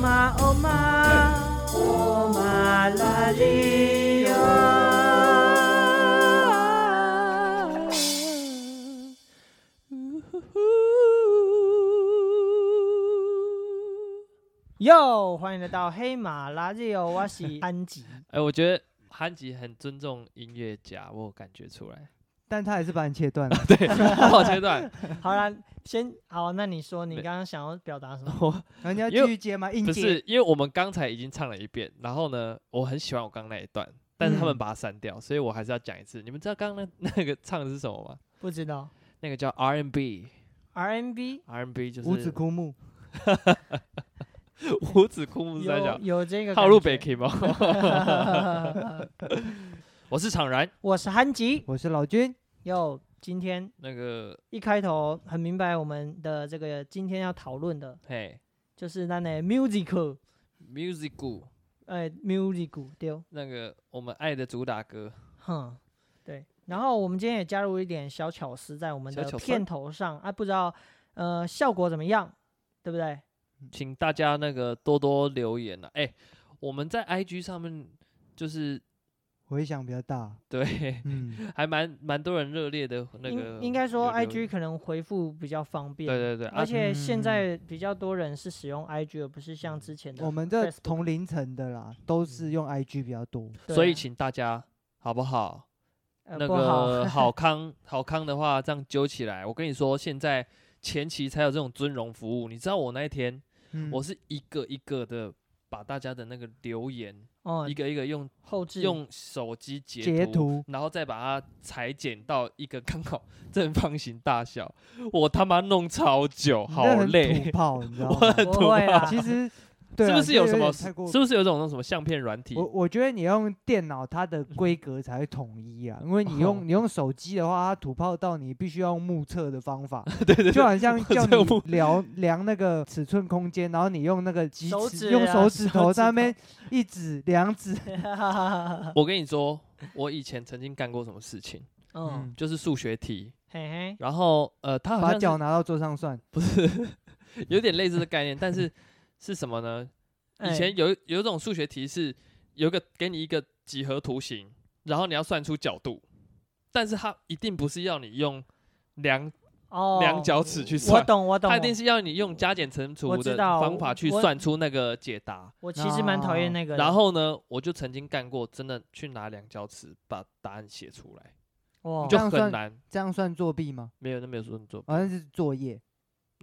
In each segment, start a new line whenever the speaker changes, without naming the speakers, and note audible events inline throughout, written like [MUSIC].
妈，哦妈，哦妈拉里呀！哟，欢迎来到黑马拉里哦，我 [LAUGHS] 是安吉，
哎、我觉得韩吉很尊重音乐家，我有感觉出来。 [LAUGHS]
但他还是把你切断了。
对，好切断。
好啦，先好，那你说你刚刚想要表达什么？
我
然后你要
因为
继续接吗？硬
不
接。
是因为我们刚才已经唱了一遍，然后呢，我很喜欢我刚刚那一段，但是他们
嗯
把它删掉，所以我还是要讲一次。你们知道刚刚那 [LAUGHS] 那个唱的是什么吗？
[LAUGHS] 不知道
那个叫 R&B，R&B
，RMB
就是
五指枯木，
[LAUGHS] 五指枯木三
有
角，
有这个
套路北
感觉
K 吗？ [LAUGHS] 我是常然，
[LAUGHS] 我是韩吉，
我是老君。
哟，今天
那个
一开头很明白我们的这个今天要讨论的
嘿
就是那那 musical，
，musical
哎，musical 对，哦
那个我们爱的主打歌，
哼，对。然后我们今天也加入一点小巧思在我们
小
的
巧思
片头上啊，不知道呃效果怎么样，对不对？
请大家那个多多留言啊。哎、我们在 IG 上面就是
回响比较
[LAUGHS]
大。
对，
嗯，
还蛮蛮多人热烈的那个，
应应该说
有留
IG 可能回复比较方便，
对对对，啊
而且现
嗯
在比较多人是使用 IG，而不是像之前的
哦
我们这
Facebook
同龄层的啦，都是
嗯
用 IG 比较多。
对
所以
啊
请大家好不好？
呃
那
不好 [LAUGHS]
个好康好康的话，这样揪起来，我跟你说，现在前期才有这种尊荣服务。你知道我那一天，
嗯
我是一个一个的把大家的那个留言，
哦
一，个一个用
后置 [LAUGHS]
用手机截
截图
然后再把它裁剪到一个 [LAUGHS] 刚好正方形大小，我他妈弄超久，
你
好
这很
累
土，炮，你知
[LAUGHS]
道
我
吗？
很
不
土
会
啊
啦
[LAUGHS]
其实，对
是
啊
不是有什
这
么？
点太
是
过
不是有种那种什么相片软体
我？我觉得你要用电脑，它的规格才会统一啊，因为你用、
嗯哦
你用手机的话，它土炮到你必须要用目测的方法，
[LAUGHS] 对对
就
对，
好像
我
叫
在
你
目
量量那个尺寸空间，然后你用那个几
手
指
指
用
啊
手指
手
头
指
在那边一指两指，
我跟你说，我以前曾经干过什么事情，
嗯，
就是数学题，
嘿嘿，
然后呃，它好
[LAUGHS] 把脚
像
拿到桌上算，
是有点类似的概念，但是
[LAUGHS]
是什么呢？以
哎
前有有一种数学题是有一个给你一个几何图形，然后你要算出角度，但是它一定不是要你用量
哦，
量角尺去
我
算，
懂，我懂。
它一定是要你用加减乘除
我知
的
道
方法去
我
算出那个解答。
我其实蛮讨厌
啊
那个的。
然后呢，我就曾经干过，真的去拿量角尺把答案写出来，
哇，
[LAUGHS]
就
这样
很
算
难。
这样算作弊吗？
没有，那没有说你做，
好像是作业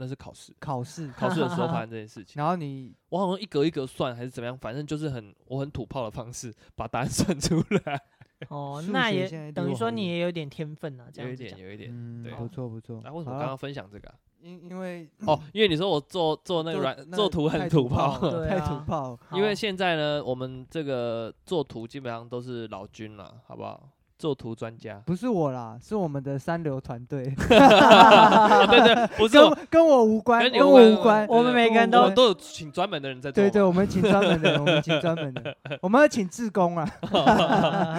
那是考
[LAUGHS]
试。
考试，
考试的时候发生这件事情，
然后你
我好像一格一格算还是怎么样，反正就是很我很土炮的方式把答案 [LAUGHS] 算出来，
哦，
数
那
学
也
现在离
等于
我
说
好
你
远
也有点天分啊，这
有
样
一
子
点
讲。
有一点。[LAUGHS]
嗯
对哎
不错不错。
那为什么
好
刚
啦
刚分享这个啊？
因因为
哦，因为你说我做做那个软做图很土炮，
了对
太
啊
土炮了，，
因为
好
现在呢，我们这个做图基本上都是老君了，好不好？做图专家
不是我啦，是我们的三流团队。
啊对对，不是我，
跟跟我无关，
跟你
跟
无
我无
关
关。
我们每个人都
我都有请专门的人在做嘛。
对对，我们请专门的人，我们请专门
[LAUGHS]
的人，我们要请志工啊。 [LAUGHS]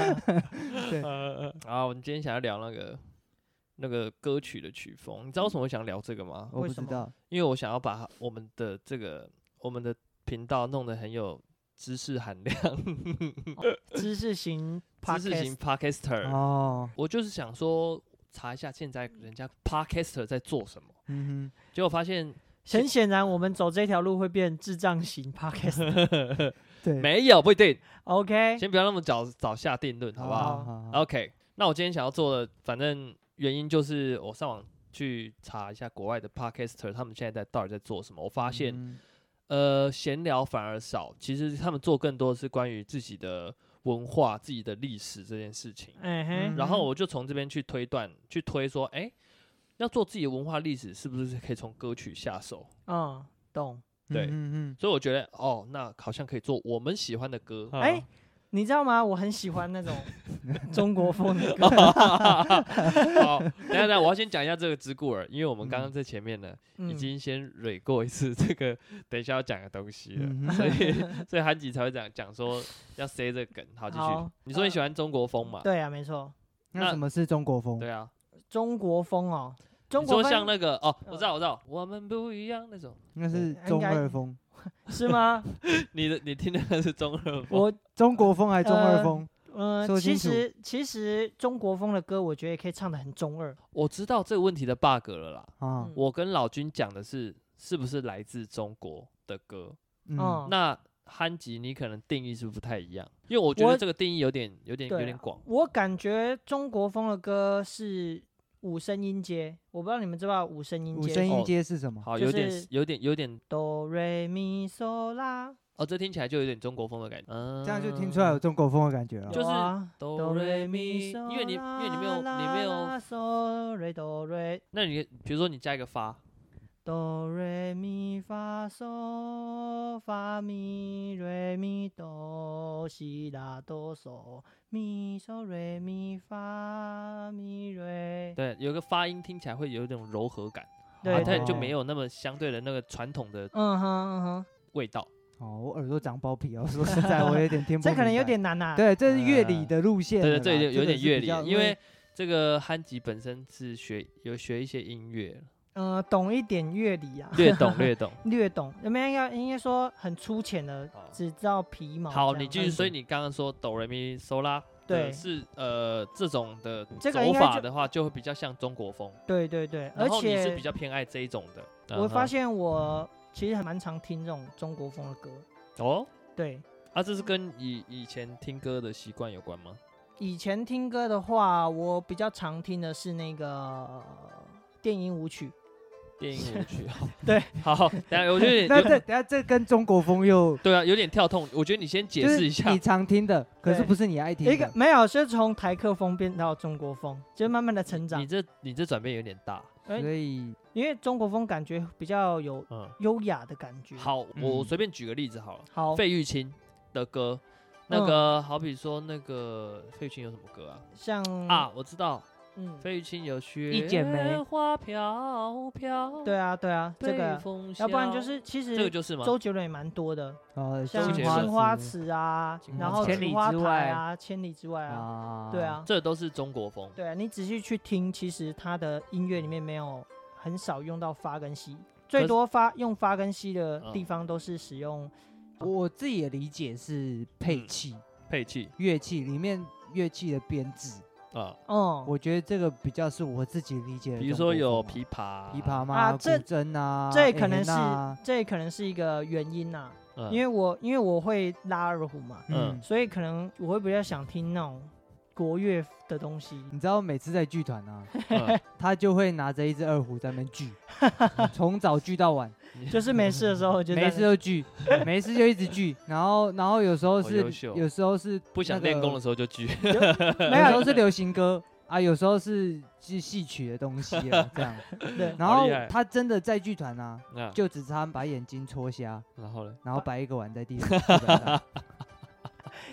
呃，啊，我们今天想要聊那个那个歌曲的曲风，
嗯
你知道为什么会想聊这个吗？
我
为
不
什
知
么
道，
因为我想要把我们的这个我们的频道弄得很有知识含量，
[LAUGHS]
[LAUGHS]
知识型 p o
知
d
识
c
型 podcaster。
哦，
我就是想说查一下现在人家 podcaster 在做什么，
嗯
结果发现
很显然，我们走这条路会变智障
[LAUGHS]
型 p o d c a s t
哼，对，
没有不一定，
OK，
[LAUGHS] 先不要那么早早下定论，好不好
好
好？
？OK，那我今天想要做的，反正原因就是我上网去查一下国外的 podcaster 他们现在在到底在做什么，我发现。
嗯
呃，闲聊反而少。其实他们做更多的是关于自己的文化、自己的历史这件事情。
哎嘿，
然后
嗯
我就从这边去推断、去推说，哎、要做自己的文化历史，是不是可以从歌曲下手？
嗯，懂。
对
嗯嗯
所以我觉得，哦，那好像可以做我们喜欢的歌。
啊
哎，你知道吗？我很喜欢那
[LAUGHS]
种中国风的歌。
[LAUGHS] 好，等一下等一下，我要先讲一下这个知固儿，因为我们刚刚在前面呢、已
嗯，
经先蕊过一次这个等一下要讲的东西了。
嗯哼
啊所以 [LAUGHS] 所以韩吉才会讲讲说要塞这个梗。好，继续
好。
你说你喜欢中国风嘛？
嗯对啊，没错，
那什么是中国风？
对啊，
中国风哦，中
你
国
说
风
像那个哦，
呃 [LAUGHS]
我知道我知道，我们不一样那种。
应该是
哎应
中
该
二风，
是
[LAUGHS]
吗？
你的你听的是中二风，
我
中国风还是中二
呃
风？
呃，
说
其
清楚
实其实中国风的歌，我觉得也可以唱的很中二。嗯
我知道这个问题的 bug 了啦。
啊，
我跟老君讲的是是不是来自中国的歌，
哦
嗯，
那憨吉你可能定义是不太一样，因为我觉得
我
这个定义有点有点有
对
点
啊
广。
我感觉中国风的歌是五声音阶，我不知道你们知不知道五声音
五
阶。
声
哦
音阶是什么？
好，
嗯就
有点
是
有点有点
哆瑞咪嗦啦，
哦，这听起来就有点中国风的感觉，嗯，
这样就听出来有中国风的感觉了
就。是
有啊
哆
哆
瑞
瑞咪
咪，因为你因为你没有你没有，
嗦瑞哆瑞
那你比如说你加一个发，
哆瑞咪发嗦发咪瑞咪哆西啦哆嗦咪嗦瑞咪发咪瑞，
对，有个发音听起来会有一种柔和感，
对
啊
对
它就
对
没有那么相对的那个传统的
嗯哼嗯哼，
味道。
哦，我耳朵长包皮哦，说实在，我有点听不。
这可能有。点难啊呐、
对，这是乐理的路线
对
了啦。
哎对，这有点有
个
点
是
乐
比较
理，因为这个憨吉本身是学有学一些音 [LAUGHS] 乐，
呃，懂一点乐理啊，
略懂略懂。
略懂，有没有要应该说很粗浅的
好，
只知道皮毛这样。
好，你继续。
嗯
所以你刚刚说哆来咪嗦啦，
对
是呃这种的
这个
走
应该
法
就
的话，就会比较像中国风，
对对对，而
然后你是
且
比较偏爱这一种的。
我
嗯哼
发现我其实还蛮常听这种中国风的歌。
哦，
对，
啊，这是跟以以前听歌的习惯有关吗？
以前听歌的话，我比较常听的是那个电音舞曲。
电影舞
[LAUGHS]
曲，好
对，
好，等一下我
[LAUGHS]
觉得有点
那
有
这等下这跟中国风又
对啊，有点跳痛。我觉得你先解
就
释
是
一下
你，常听的，可是
对
不是你爱听
一个
的。
没有，是从台客风变到中国风，就是慢慢的成
嗯你
长。
这你这转变有点大，
哎
所以
因为中国风感觉比较有
嗯。
优雅的感觉。，
好，我
嗯
随便举个例子好了，
好，
费玉清的歌，那
嗯
个好比说那个费玉清有什么歌啊？
像
啊，，我知道，
嗯，
费玉清有雪
一剪梅
花飘飘，
对啊，对啊，这
被
个，
风
要不然就
萧
是其实
这个就是吗？
周杰伦也蛮多的，
呃，
像
杰
青
伦
花瓷啊
青，
然
花
后
瓷
菊花台啊，千里之外啊，
啊
对，啊，
这都是中国风。
对啊，你仔细去听，其实他的音乐里面没有很少用到发跟西，最
是
多发用发跟西的地
嗯
方都是使用
我自己的理解是配
嗯
器，
配器
乐器里面乐器的编制，
啊，
嗯。
我觉得这个比较是我自己理解的中
比
国
如
风啊。
说有琵琶，
琵琶嘛，
啊
古
这
筝啊，
这可能是
A&R
这可能是一个原因呐、
哎嗯，
因为我因为我会拉二胡嘛，
嗯
所以可能我会比较想听那种国乐的东
[LAUGHS]
西。
你知道每次在剧
[LAUGHS]
团啊，
嗯
他就会拿着一只二胡在那边锯，从早锯到晚，
就是没事的时候就在
没事就锯，没事就一直锯，然后然后有时候
好
是
优秀
有时候是
不
[LAUGHS]
想
那
练
个
功的时候就举， [LAUGHS]
那
有时候
没
是流行歌啊，有时候是是戏曲的东西
[LAUGHS]
啊，这样。
有对
然
好
后
厉害
他真的在剧团啊，
啊
就只差把眼睛戳瞎，
然后呢？
然后摆一个碗在地
[LAUGHS]
上，基本上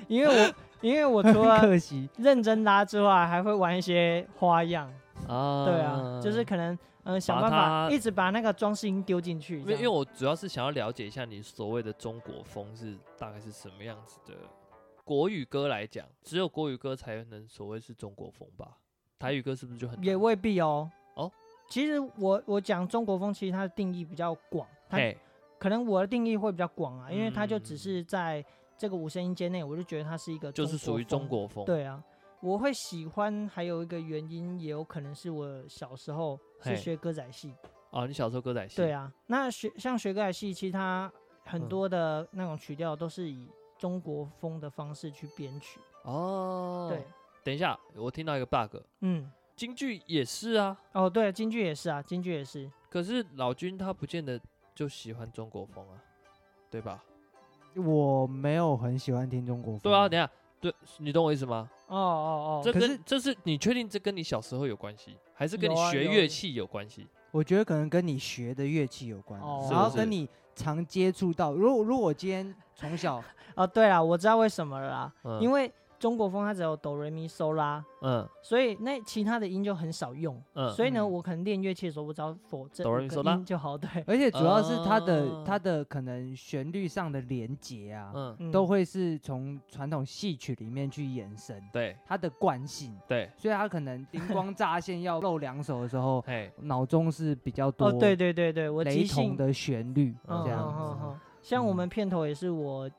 因为我因为我除
啊
很
了
可惜。
认真拉之外，还会玩一些花样。
啊
对啊，就是可能嗯、呃想
把
办法
它
一直把那个装饰音丢进去
因
这
为
样。
因为我主要是想要了解一下你所谓的中国风是大概是什么样子的。国语歌来讲，只有国语歌才能所谓是中国风吧？台语歌是不是就很
也
难？
未必哦。
哦，
其实我我讲中国风，其实它的定义比较广，它
嘿，
可能我的定义会比较广啊，因为它就
嗯
只是在这个五声音阶内，我就觉得它是一个
就是属于
风
中。国风。
对啊，我会喜欢，还有一个原因也有可能是我小时候
嘿
是学歌仔戏。
啊，你小时候歌仔戏？
对啊，那学像学歌仔戏，其实它
嗯
很多的那种曲调都是以中国风的方式去编曲。
哦，
对，，
等一下，我听到一个 bug，
嗯，
京剧也是啊，
哦，对，京剧也是啊，京剧也是。
可是老君他不见得就喜欢中国风啊，对吧？
我没有很喜欢听中国风。
对啊，等一下，对你懂我意思吗？
哦哦哦，
这
可
跟
是
这是你确定这跟你小时候有关系，还是跟你
有啊
学
有
乐器有关系？
我觉得可能跟你学的乐器有关啊，
哦
然后
是
跟
是
你常接触到。如果如果我今天
[LAUGHS]
从小
哦，对啦，我知道为什么了啦，
嗯
因为中国风它只有哆来咪嗦啦，
嗯
所以那其他的音就很少用。
嗯，
所以呢，
嗯
我可能练乐器的时候，我只要否这
哆来
五
咪
个
嗦啦
音就好。对，
[LAUGHS] 而且主要是它的、
啊
它的可能旋律上的连接啊，
嗯，
嗯
都会是从传统戏曲里面去延伸
对
它的惯性，
对，，
所以它可能灵光乍现要露两手的时候
[LAUGHS]
嘿，
脑中是比较多
哦，对对对对，我
雷
即
同
兴
的旋律
嗯
嗯
这样
嗯嗯
子。
嗯像我
嗯
们片头也是我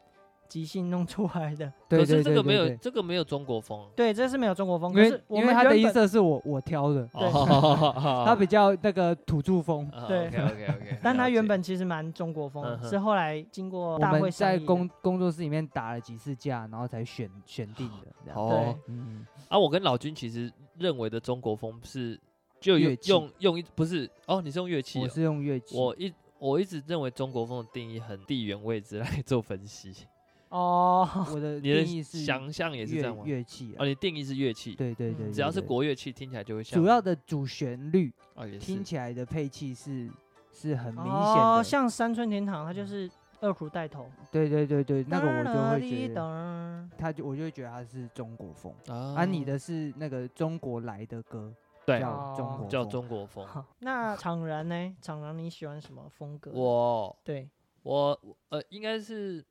即兴弄出来的，
对
可
对
是这
对
个没
对
有
对，
这个没有中国
[LAUGHS]
风，
对，这是没有中国风，
因
可
为
是我
因为
们
它的
原
音
本
色是我我挑的，
哦
对
[LAUGHS]
它
他
比较那个土著风。
对
哦嗯 OK OK OK，
但它原本其实蛮中国风
嗯
的，
哼
是后来经过
我
大会
们
商
在
议的
工工作室里面打了几次架，然后才选选定的。这样，
对
哦
嗯，
啊，我跟老君其实认为的中国风是就有
乐器
用用一不是哦，你是用乐器
我
哦，
是用乐器，
我一我一直认为中国风的定义很地缘位置来 [LAUGHS] 做分析，
哦，
我的
你
呃定义
的
是
想象也是这
乐
样吗？
乐器啊
哦，，你定义是乐器，
对对
嗯
对，
只要是
对
国乐器听起来就会像
主要的主旋律
哦也是
听起来的配器是是很明显
哦，
的，
像山村甜堂，它就是二胡带头，
对对对对，那个我就
啊
会觉得，
得，
他就我就会觉得他是中国风，
啊
而你的是那个中国来的歌，
对
叫中
嗯哦
国
叫
风
中国风，
好那厂然呢？厂然你喜欢什么风格？
我
对，
我呃，应该是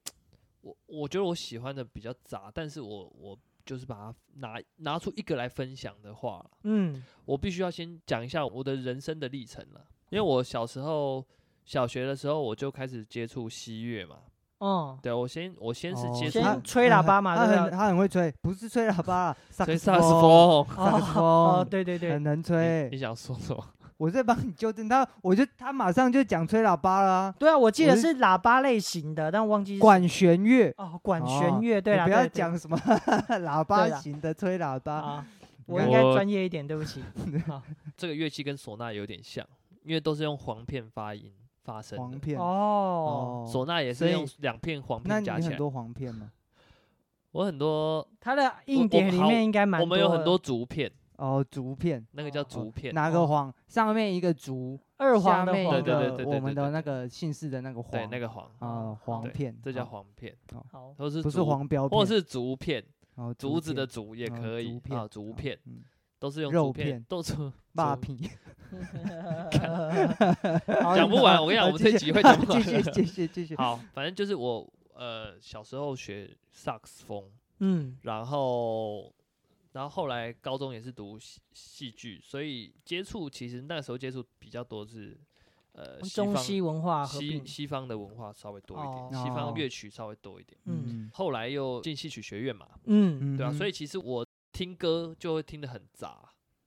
我，我觉得我喜欢的比较杂，但是我我就是把它拿拿出一个来分享的话，
嗯，
我必须要先讲一下我的人生的历程了，因为我小时候小学的时候我就开始接触西乐嘛，
[LAUGHS]
哦，
对啊我先我先是
哦
接触
先
他
吹
他
喇叭
很
嘛
他
对不
很
对
他很会吹，不是吹喇叭啦，萨
吹
克斯
萨克斯
风，
风，
萨克斯
哦，
风，
对对对
很，能
你
吹
你。想说什么？ [LAUGHS]
我在帮你纠正他，我就他马上就讲吹喇叭啦，
对啊，我记得
我是
是喇叭类型的，但忘记是
管弦乐。
哦，管
哦
弦乐，对
你
啦，
不
对
要
对
讲什么 [LAUGHS] 喇叭
对啦
型的吹喇叭，
啊，
你
我
看
应该
我
专业一点，对不起，好
这个乐器跟唢呐有点像，因为都是用簧片发音发声
黄
的，
片
哦，
哦
唢呐也
所
是
以
用两片簧
那
片
你
加起
很
来。
多黄片吗？
我很多，
它的
我
硬碟里
好
面应该蛮
我们有很
的
多竹片，
哦，竹片，
那个叫
哦
竹片。
哪个黄？上面一个竹，
二
下
黄的
面
黄
一
对对对对
个我们的
对
那个姓氏的那个黄，
对，那个黄，
啊黄
对
片，
这叫
哦
黄片，
好，
或是
不是
竹，
黄标片，
或是竹片，
哦
竹子的
片
竹也
哦
可以
竹片
啊，竹
哦
片
嗯
都是用
肉
竹
片
都是 [LAUGHS]
[LAUGHS]
竹
霸屏，
好
讲不完，我跟你讲，我们这集会讲不
继续
完。
继续继续，
好，反正就是我呃小时候学萨克斯风，
[LAUGHS]
[LAUGHS]
嗯，
然后然后后来高中也是读戏戏剧，所以接触其实那时候接触比较多是呃西
中
方
西文化合并
西，西方的文化稍微多一点，
哦
西
哦
方乐曲稍微多一点。
嗯
后来又进戏曲学院嘛，
嗯，
对啊，所
以
以其实我听歌就会听得很杂，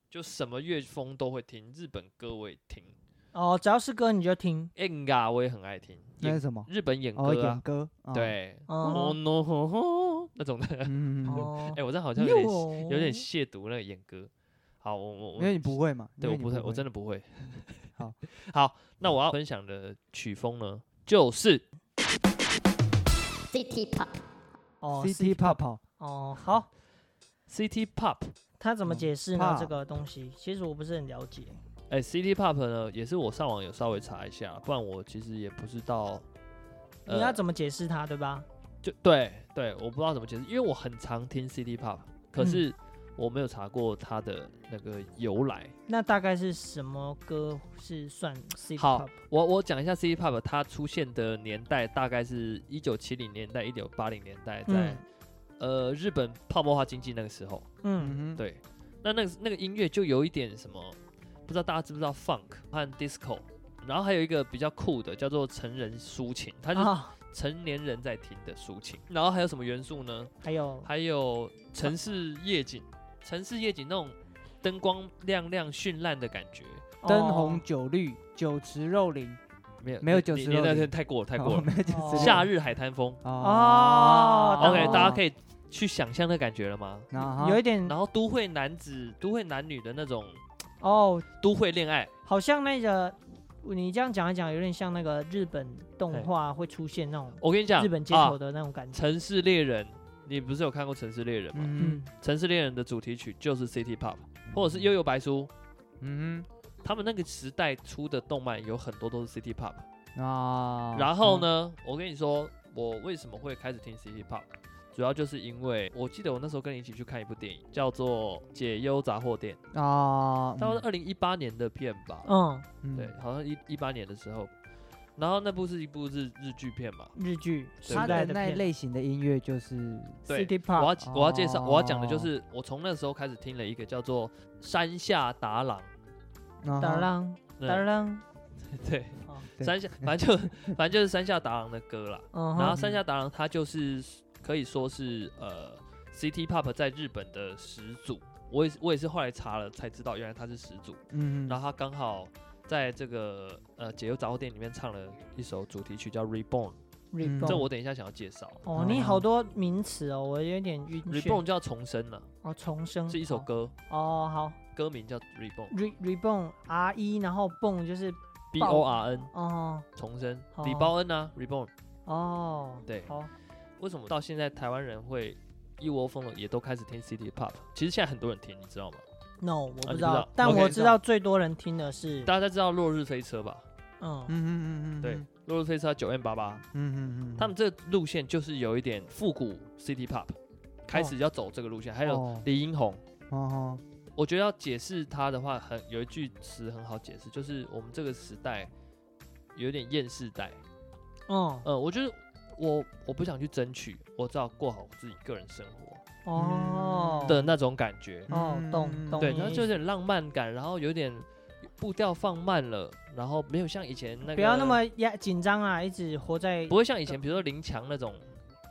就什么乐风都会听，日本歌我也听
哦，只要是歌你就听，
，enga 我也很爱听，
那是
演
什么？
日本演
哦，
歌
演
啊，
歌，哦，
对，哦
哦
no [LAUGHS] 吼吼那种的，
嗯，嗯嗯嗯
哦
哎，我这样好像有点有点
哟哦
亵渎那个演歌。好，我我我，
因为你不会嘛，因
对
为
我
你
不太，我
会
真的不会。
好，
好，那我要分享的曲风呢，就是。
City Pop.
哦
City Pop
哦，好，
City Pop，
他怎么
嗯
解释呢？
怕
这个东西其实我不是很了解，
哎、c i t y Pop 呢，也是我上网有稍微查一下，不然我其实也不知道。呃
你要
么？
怎么解释它，对吧？
就对对，我不知道怎么解释，因为我很常听 City Pop，可是我没有查过它的那个由来。
那大概是什么歌是算 C
好
pop？
我我讲一下 City Pop 它出现的年代，大概是一九七零年代、一九八零年代在，
嗯
呃日本泡沫化经济那个时候。
嗯，
嗯，
对，那那个那个音乐就有一点什么，不知道大家知不知道 Funk 和 Disco，然后还有一个比较酷的叫做成人抒情，它就是
啊，
成年人在听的抒情。然后还有什么元素呢？
还有
还有城市夜景，城市夜景那种灯光亮亮、绚烂的感觉，
灯
哦
红酒绿，酒池肉林，
没有
没有
你
九
你
十
你
六
那
里
太太过了，太过
哦
了。
没有九
哦
十
夏
日
日海滩风
哦
，OK，大家
以
可以去想象那感觉了吗？
有
有
一点
啊然后都会男子、都会男女的那种
哦，
都会恋爱，
好像那个你这样讲一讲，有点像那个日本动
嘿
画会出现那种
我跟你讲，
日本街
啊
头的那种感觉。
城市猎人》，你不是有看过《城市猎人》吗？
嗯
嗯，
城市猎人》的主题曲就是 City Pop，或者是《悠悠白书》，
嗯
他们那个时代出的动漫有很多都是 City Pop。
哼啊，
然后
嗯？
呢，我跟你说，我为什么会开始听 City Pop，主要就是因为我记得我那时候跟你一起去看一部电影，叫做《解忧杂货店》，
啊，
它是二零一八年的片吧？
嗯，
嗯
对，好像一一八年的时候。然后那部是一部日日剧片嘛？
日剧时
他
代
的那一
片
类型的音乐就是
对
City
我
Pop
要我要介绍，我要讲的就
哦
是我从那时候开始听了一个叫做山下达郎，
哒
啊哈
啷哒
嗯
啷
[LAUGHS] 对，
哦
对
山下反正就反正就是山下达郎的歌啦。
嗯
然后
哼，
山下达郎他就是可以说是呃 City Pop 在日本的始祖，我也是我也是后来查了才知道，原来他是始祖。
嗯，
然后他刚好在这个呃解忧杂货店里面唱了一首主题曲叫 Reborn，
Reborn
这我等一下想要介绍。啊
哦，你好多名词哦，我有点晕眩
Reborn 叫重生了，
哦，重生
是一首歌，
哦，哦好
歌名叫 Reborn，B
，re reborn r e，然后蹦就是
O R N
哦
重生，
哦
李包恩啊 Reborn，
哦，
对
好，
为什么到现在台湾人会一窝蜂的也都开始听 City Pop？其实现在很多人听，你知道吗？
no 我不
啊
知
你不
道，
知道
但
OK，
我
知
知道
道
最多人听的是
大家知道落日飞车吧？
嗯
嗯嗯嗯嗯，
对，落日飞车九 M 八八，
嗯嗯嗯，
他们这个路线就是有一点复古 City Pop，开
哦
始要走这个路线。还有
哦
李英红，
哦
我觉得要解释他的话，很有一句词很好解释，就是我们这个时代有点厌世代。
嗯
呃，我觉得我我不想去争取，我只好过好我自己个人生活
哦
的那种感觉。
哦
嗯
懂
嗯
懂
对，
你的
然后
意
就有
思
点浪漫感，然后有点步调放慢了，然后没有像以前那个
不要那么压紧张啊，一直活在
不会像以前，比如说林强那种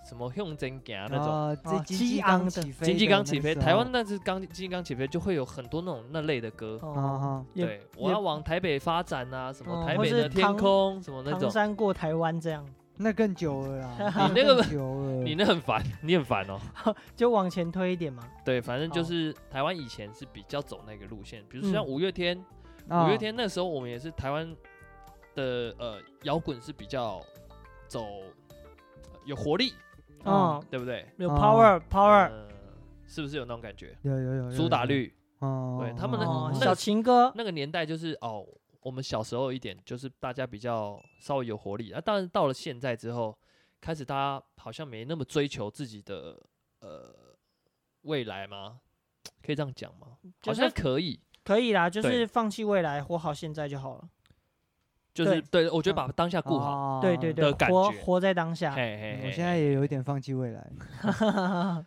什么用真假那种。
啊，这
哦
经
激
济
昂
刚
的
起飞，
经济刚起飞，台湾那是刚经济刚起飞，就会有很多那种那类的歌。
哦，
啊
也
对，我要往台北发展啊，什
哦
么台
或
北
是
的天
唐
空，什么那
唐
种。
山过台湾这样，
那更久了啦，
你那个
更久了，
你那很烦，你很烦哦。
就往前推一点嘛，
对，反正就
哦
是台湾以前是比较走那个路线，比如
嗯
说
哦
像五月天，
啊
五月天那时候我们也是台湾的呃摇滚是比较走呃有活力，
嗯
哦，
对不对？
有
哦
power power，
嗯，是不是有那种感觉？
有有有有
苏打，绿
有哦，
对他们那
哦
那个
小情歌，
那个年代就是哦，我们小时候一点就是大家比较稍微有活力啊，当然到了现在之后，开始大家好像没那么追求自己的呃未来吗？可以这样讲吗？
就
好
是
像可以，
可以啦，就
对
是放弃未来，活好现在就好了。
就是对我觉得
嗯
把当下顾好，
好
对对对
的，感
活
觉
活在当下。
嘿嘿
嗯我
嘿，
现在也有一点放弃未来，
[LAUGHS] 好，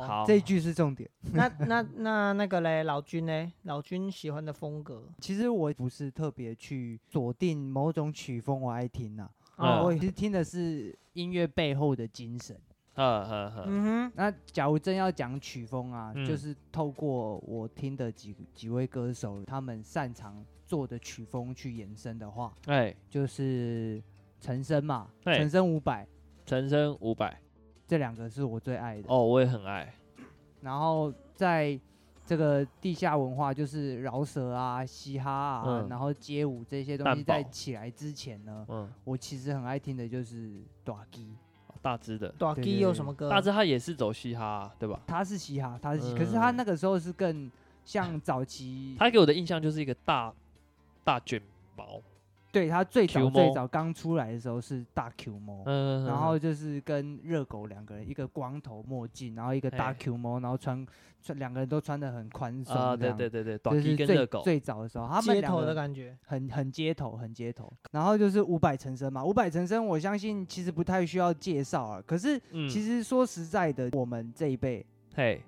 好
这一句是重点。
那那那那个嘞，老君嘞，老君喜欢的风格，
其实我不是特别去锁定某种曲风我爱听呐、
嗯
哦
哦
我其实听的是音乐背后的精神。
嗯嗯嗯，
嗯哼，
那假如真要讲曲风啊，
嗯
就是透过我听的几几位歌手他们擅长做的曲风去延伸的话，
哎，
就是陈升嘛，
对
陈升五百
陈升五百
这两个是我最爱的。
哦，我也很爱，
然后在这个地下文化，就是饶舌啊、嘻哈啊，
嗯
然后街舞这些东
蛋
西，
堡
在起来之前呢，
嗯，
我其实很爱听的就是短基，
大只的，
短
对
基
对
有
对
什么歌？
大只他也是走嘻哈，对吧？
他是嘻哈，他是嘻，可是他那个时候是更像早期，
嗯他给我的印象就是一个大大卷毛，
对他最
Q
早
猫
最早刚出来的时候是大 Q 猫。
嗯，
然后就是跟热狗两个人，一个光头墨镜，然后一个大
哎
Q 猫，然后穿穿两个人都穿的很宽松
啊，
这
对
样
对对对，
就
短
是
衣跟
最
热狗，
最早的时候，他们
街
两
头的
个
感觉，
很很街头，很街头。然后就是五百成生嘛，五百成生，我相信其实不太需要介绍啊。可是
嗯
其实说实在的，我们这一辈
嘿，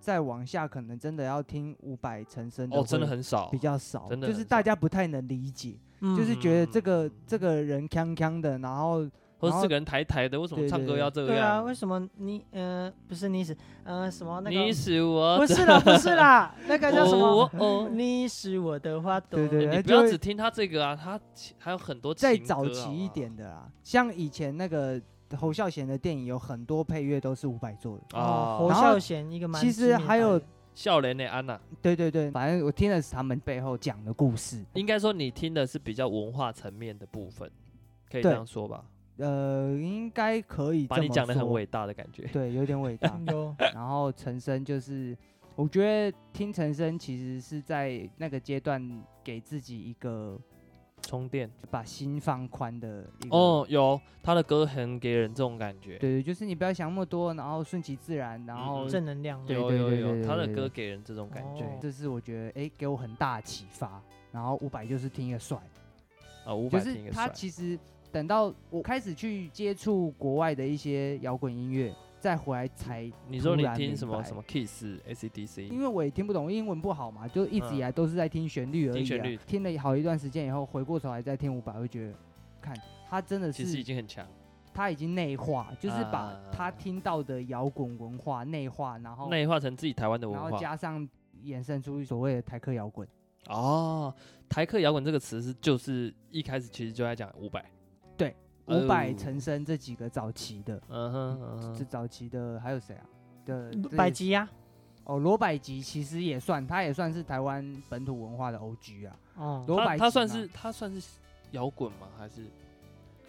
再往下，可能真的要听五百成生
哦，真的
会
很少，
比较少，
真的
就是
很
大
少
家不太能理解，
嗯
就是觉得这个
嗯
这个人锵锵的，然
[LAUGHS]
后
或者
然后
四个人抬抬的，为什么
对
唱
对
歌
对
要这
对啊，
样
为？什么你呃不是你死呃什么那
你
个
是我
不
的
是啦不是啦，那个叫什么？
哦
[LAUGHS]
哦，
你是我的花朵，
对对
你
对，
不要
就
只
会
听他这个啊，他其还有很多
再
情
早
歌
期
好
一
吗
点的啦，像以前那个侯孝贤的电影，有很多配乐都是五百做的。
哦，
啊
侯
然。
孝
后
贤一个蛮
其
知名的
实还
导
有
演，。
笑脸的安娜，
对对对，反正我听的是他们背后讲的故事。
应该说你听的是比较文化层面的部分，可以这
对
样说吧，
呃，应该可以
把
这
你
么
讲的很
说
伟大的感觉。
对，有点伟大
[LAUGHS]
[LAUGHS]
有
然后陈升就是，我觉得听陈升其实是在那个阶段给自己一个
充电
就把心放宽的一个。，
哦，有他的歌很给人这种感觉，
对对，就是你不要想那么多，然后顺其自然，然后
嗯
正能量，
对
有
对
有
对对
有，他的
对
歌
对
给人这种感觉
哦
这是我觉得哎给我很大的启发。然后伍佰就是听一个帅，
啊，五
就
百听
是
也
他
帅，
其实等到我开始去接触国外的一些摇滚音乐，再回来才，
你说你
突然
听
明
什么什
白
么 Kiss、ACDC，
因为我也听不懂，英文不好嘛，就一直以来都是在听旋律而
嗯
已、啊
听旋律
听了好一段时间以后，回过头来再听伍佰，会觉得，看他真的
其实已
是
经很强，
他已经内化，就是把
啊
他听到的摇滚文化内化，然后
内化成自己台湾的文
然后
化。
加上衍生出所谓的台客摇滚。
哦，台客摇滚这个词是就是一开始其实就在讲伍佰，
对，
哦
伍佰、陈升这几个早期的，
嗯哼，嗯
这
哼
早期的还有谁啊？的
百
这
吉啊呀、
哦，罗百吉其实也算，他也算是台湾本土文化的 OG 啊。
哦，
罗
他
百
他
吉
算
嘛
是他算是摇滚吗？还是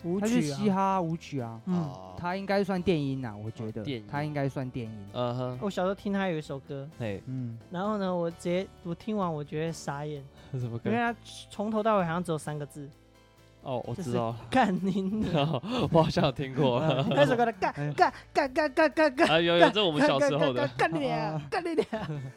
舞
他是
曲、
嘻
啊，
哈舞曲啊，
嗯，
哦
他应该算电音啊，我觉得
电音
他应该算电音。
嗯哼，
我小时候听他有一首歌，
嘿， [LAUGHS]
[LAUGHS] 嗯，
然后呢，我直接我听完我觉得傻眼，
什么
因为他从头到尾好像只有三个字，
哦，我
就
知
是
道了，。
[LAUGHS]
干您
我好像有听过 [LAUGHS]
那首歌的干干干干干干干，
啊，有有， [LAUGHS] 这我们小时候的，
干你俩，干你俩。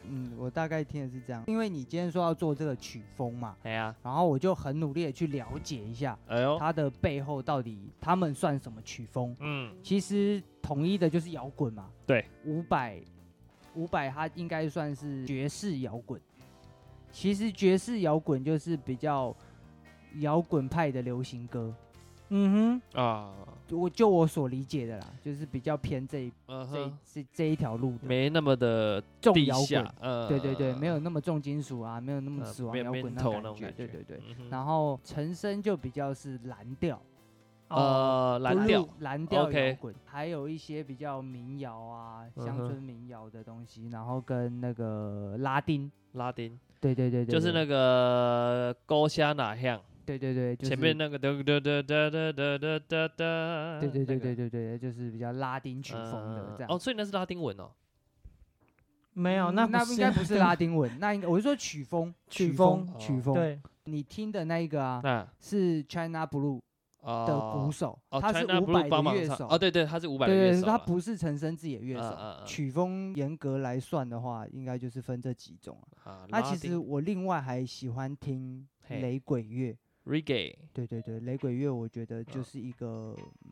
嗯，我大概听的是这样，因为你今天说要做这个曲风嘛，
哎呀，
然后我就很努力的去了解一下
哎呦，
它的背后到底他们算什么曲风。
嗯，
其实统一的就是摇滚嘛，
对，
伍佰，伍佰他应该算是爵士摇滚。其实爵士摇滚就是比较摇滚派的流行歌，
嗯哼，
啊，
我就我所理解的啦，就是比较偏这一
嗯
这一
哼，
这这一条路的。
没那么的
重
地
摇
下
滚，，
嗯，
对对对，没有那么重金属啊，没有那么
呃
死亡
没有
摇滚
metal 那
感
种感
对
觉
对对。
嗯哼
然后陈升就比较是蓝调，
哦，
呃，蓝调
blue，蓝调
OK
摇滚，还有一些比较民谣啊，乡
嗯
村
哼
民谣的东西，然后跟那个拉丁，
拉丁，
对对对对，
就是那
对
个高虾哪样，
对对对，就是
前面那个哒哒哒哒哒哒哒哒哒，
对对对对
那个
对对，就是比较拉丁曲风的
嗯
这样。
哦，，所以那是拉丁文哦，
没有，
嗯那
那 [LAUGHS]
应该不是拉丁文，那应该我是说曲风，
曲
风
风，
曲
哦
风。
对，
你听的那一个啊，
那
是 China Blue
哦
的鼓手，
哦
他是
China
伍佰
Blue 帮
的
忙
乐
唱
手
哦，，对对，他是五百的
对
乐
对，
手
他
啦，
不是陈升自己的乐
嗯
手。
嗯嗯
曲风严格来算的话，应该就是分这几种啊。
啊，
那
拉
其实
丁
我另外还喜欢听
嘿
雷鬼乐，
reggae
对对对，雷鬼乐我觉得就
嗯
是一个嗯，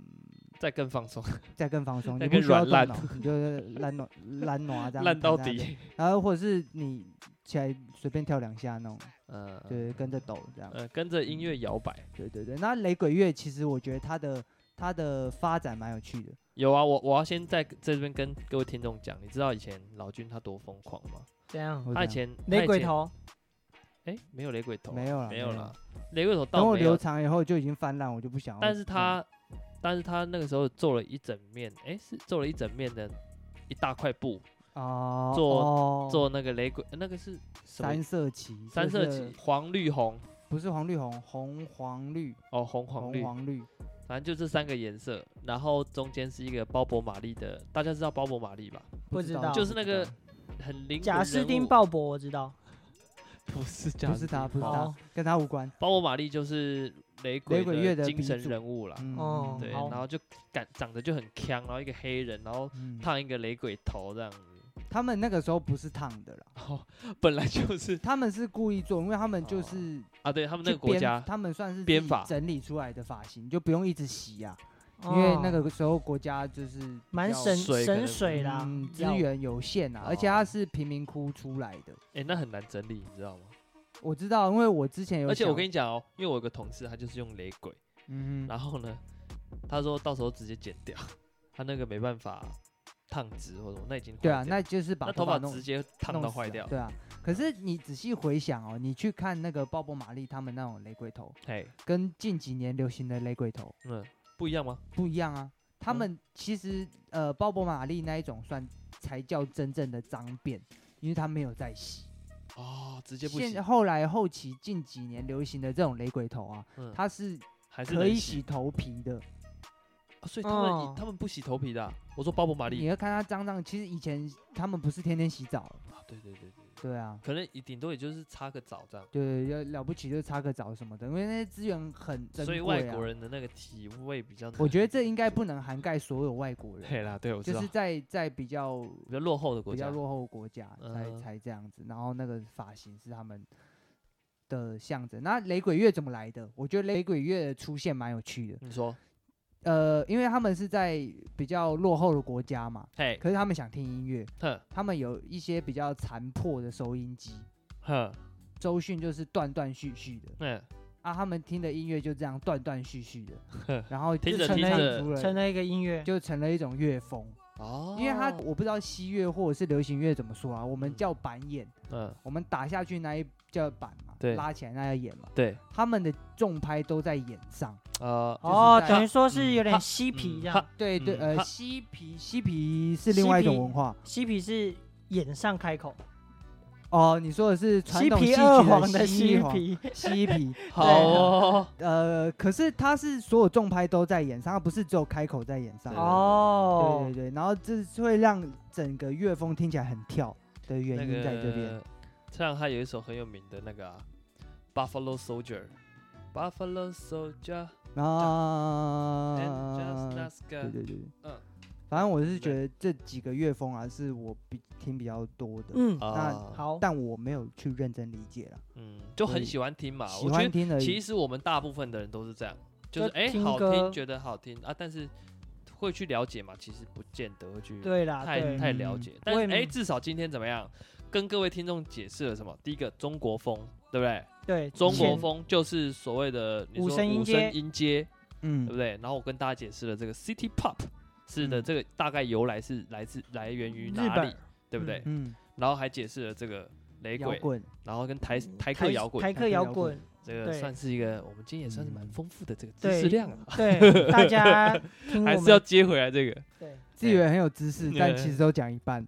再更放
[LAUGHS]
松，
再更放松，
再
你
更
不需要
软
动
烂
脑，你就是
[LAUGHS]
烂暖烂啊暖这样
烂到
躺在那边
底，
然后或者是你起来随便跳两下那种，
嗯，
对，跟嗯着抖这样，
呃，跟着音乐摇摆。
对对对。那雷鬼乐其实我觉得它的它的发展蛮有趣的，
有啊，我我要先在这边跟各位听众讲，你知道以前老君他多疯狂吗？
怎样？
我
他以
这样
前
雷鬼，头，
哎，诶没有雷鬼头啊，
没有啦
没
没
有
有
啦，雷鬼头
等
倒
我
没有
留，长以嗯后就已经泛滥，我就不想要弄。
但是他但是他那个时候做了一整面，哎，是做了一整面的一大块布，
啊
做
哦
做那个雷鬼，那个是什么
三？色旗，
三
就
色
是
旗，黄绿红，
不是黄绿红，红黄绿，
哦，红黄
红
绿，
黄绿，
反正就这三个颜色，然后中间是一个鲍勃玛丽的，大家知道鲍勃玛丽吧？
不知道
就是
不
那
知
个
道
很灵。
贾斯汀鲍勃，我知道。
不是贾
不
斯
是
汀鲍
他，
勃，
不是
哦
他，跟他无关。
鲍勃玛丽就是雷鬼
雷鬼乐的
精
鼻
神
祖
人物啦，
嗯
哦
对，
好
然后就感长得就很强，然后一个黑人，然后
嗯
烫一个雷鬼头这样子， [LAUGHS]
他们那个时候不是烫的啦，
哦，本来就是
他们是故意做，因为他们就
哦
是
啊，对他们那个
去
国
编
家，
他们算是
编
自己
法
整理出来的发型，就不用一直洗啊，因为那
哦
个时候国家就是
蛮
比较
省
水可能
省水啦
嗯，资
要
源有限啊，而且
哦
他是贫民窟出来的。
哎，那很难整理，你知道吗？
我知道，因为我之前有想，
而且我跟你讲哦，因为我有个同事，他就是用雷鬼，
嗯哼，
然后呢，他说到时候直接剪掉， [LAUGHS] 他那个没办法烫直或者什么，那已经
对
坏
啊，
掉
那就是把
那头发
弄
直接烫
弄
到
死
坏
了
掉，
对啊，可是你仔细回想哦，你去看那个鲍勃玛丽他们那种雷鬼头，
嘿，
跟近几年流行的雷鬼头
嗯，不一样吗？
不一样啊。他
嗯
们其实、呃，鲍勃玛丽那一种算才叫真正的脏辫，因为他没有在洗。
哦，直接不
现
行，
后来后期近几年流行的这种雷鬼头啊，
嗯，
它是
还是
可
能
以洗嗯头皮的。
啊所以他们、
哦
他们不洗头皮的啊、我说鲍勃玛
你
丽，
要看它脏脏，其实以前他们不是天天洗澡，
啊对对对对，对
对啊，
可能也顶多也就是擦个澡这样。
对，要了不起就擦个澡什么的，因为那些资源很珍
所
贵
以
啊。
外国人的那个体味比较难，
我觉得这应该不能涵盖所有外国人，
对啦，对我知
就
道，
是在在比较
比较落后的国
比
家，
较落后的国家才
嗯
才这样子，然后那个发型是他们
嗯
的象征。那雷鬼乐怎么来的？我觉得雷鬼乐的出现蛮有趣的。
你说
呃，因为他们是在比较落后的国家嘛，
嘿，
可是他们想听音乐，
哼
他们有一些比较残破的收音机，
哼，
周讯就是断断续续的
嗯，，
啊，他们听的音乐就这样断断续续的然后
听
就
着
成
听
了
着
一族人
成了一个音乐，
就成了一种乐风，
哦，
因为他我不知道西乐或者是流行乐怎么说啊，我们
嗯
叫板眼，
嗯，
我们打下去那一叫板嘛，
对
拉起来那叫眼嘛，
对，
他们的重拍都在眼上，
呃，
哦，
就是在
等于说是
嗯
有点
它
嬉皮
嗯
这
它
样，
对对，
嗯
呃，
他
嬉皮嬉皮是
嬉
另外一种
皮
文化
嬉皮是眼上开口，
哦，你说的是传
嬉
统戏
皮
曲
二黄
的
嬉
西
皮，
嬉皮，
好
对
哦，
呃，可是他是所有重拍都在演上，他不是只有开口在演上。
对
哦，
对对对，然后这是会让整个乐风听起来很跳的原
那
因在这边。
个，像他有一首很有名的那个啊，Buffalo Soldier，Buffalo Soldier，and just
啊，
last
对
guy，
对对，
嗯
反正我是觉得这几个乐风啊，是我比听比较多的，
嗯，
啊，
好，
但我没有去认真理解了，
嗯，就
所
很
以
喜欢听嘛，
喜
我觉
欢
得
听而
其
已。
实我们大部分的人都是这样，就
就是
哎、
听
好
歌
听，觉得好听啊，但是会去了解嘛？其实不见得会去
对啦，
嗯太
对，
太了
嗯
解。但是
也
哎、
明
至少今天怎么样，跟各位听众解释了什么？第一个，中国风，对不对？
对，
中国
现
风就是所谓的你
五
说
声音
五
阶
声音阶，对不
嗯，
对？然后我跟大家解释了这个 City Pop 是的，
嗯
这个大概由来是来自来源于
日
哪
本
里，对不对？
嗯，
然后还解释了这个雷
摇
鬼，
滚，
然后跟台台客摇
嗯
滚，
台
台
客
客
摇
摇
滚，
这个
对
算是一个我们今天也算是蛮
嗯
丰富的这个知
对
识量啊。
对，大
[LAUGHS]
家听
还
我
是要
们，
接回来这个，
对，
自以为很有知识，但其实都讲一半，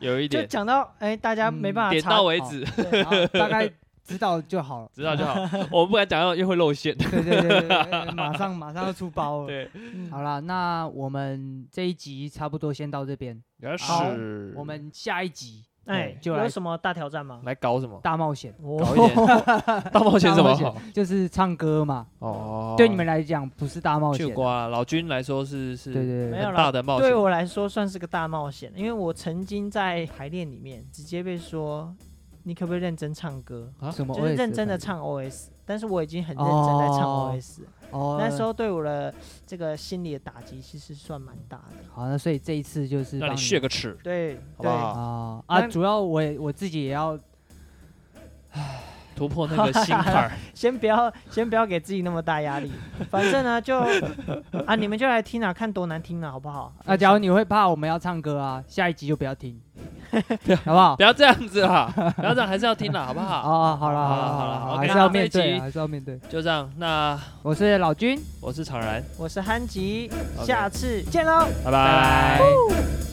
有一
就
点
讲到哎，大家没
嗯
办法
点
查
到，为止， [LAUGHS]
对
然后大概知道就好了。
知道就好。我们不敢讲到又会露馅。
对对对对对，马上马上要出包了。
对，
嗯
好啦，那我们这一集差不多先到这边，
原来
好
是
我们下一集
哎
对，
就
有
来
什么大挑战吗？
来搞什么？
大冒险，
搞一点
哦
大冒险怎么
大冒
好？
就是唱歌嘛。
哦，
对你们来讲不是大冒
去
险，
瓜啊老君来说是是
对对
没有
对，
很
啦
大的冒险
对。我来说算是个大冒险，因为我曾经在排练里面直接被说，你可不可以认真唱歌？
啊
什么
就是
OS
认真的
反
唱 OS，但是我已经很认真在唱
哦
OS，、
正哦。
那时候对我的这个心理的打击其实算蛮大的。
好，那所以这一次就是
让
帮
你血个耻，
对
好不
对，
好
啊
那
啊，主要我也我自己也要
突破那个心坎 [LAUGHS] 儿。
先不要先不要给自己那么大压力，反正呢就啊你们就来听啊，看多难听啊，好不好？
啊，假如你会怕我们要唱歌啊，下一集就不
[LAUGHS]
要听，好不好？
不要这样子啦，不要这样，还是要听啦，好不好？
啊，好了
好
了
了
好
好了
还
OK，
是要
那这一
面对
集
啊，还是要面对。
就这样，那
我是老君，
我是常然，
我是憨吉
OK
下次见喽。
拜
拜
拜
拜。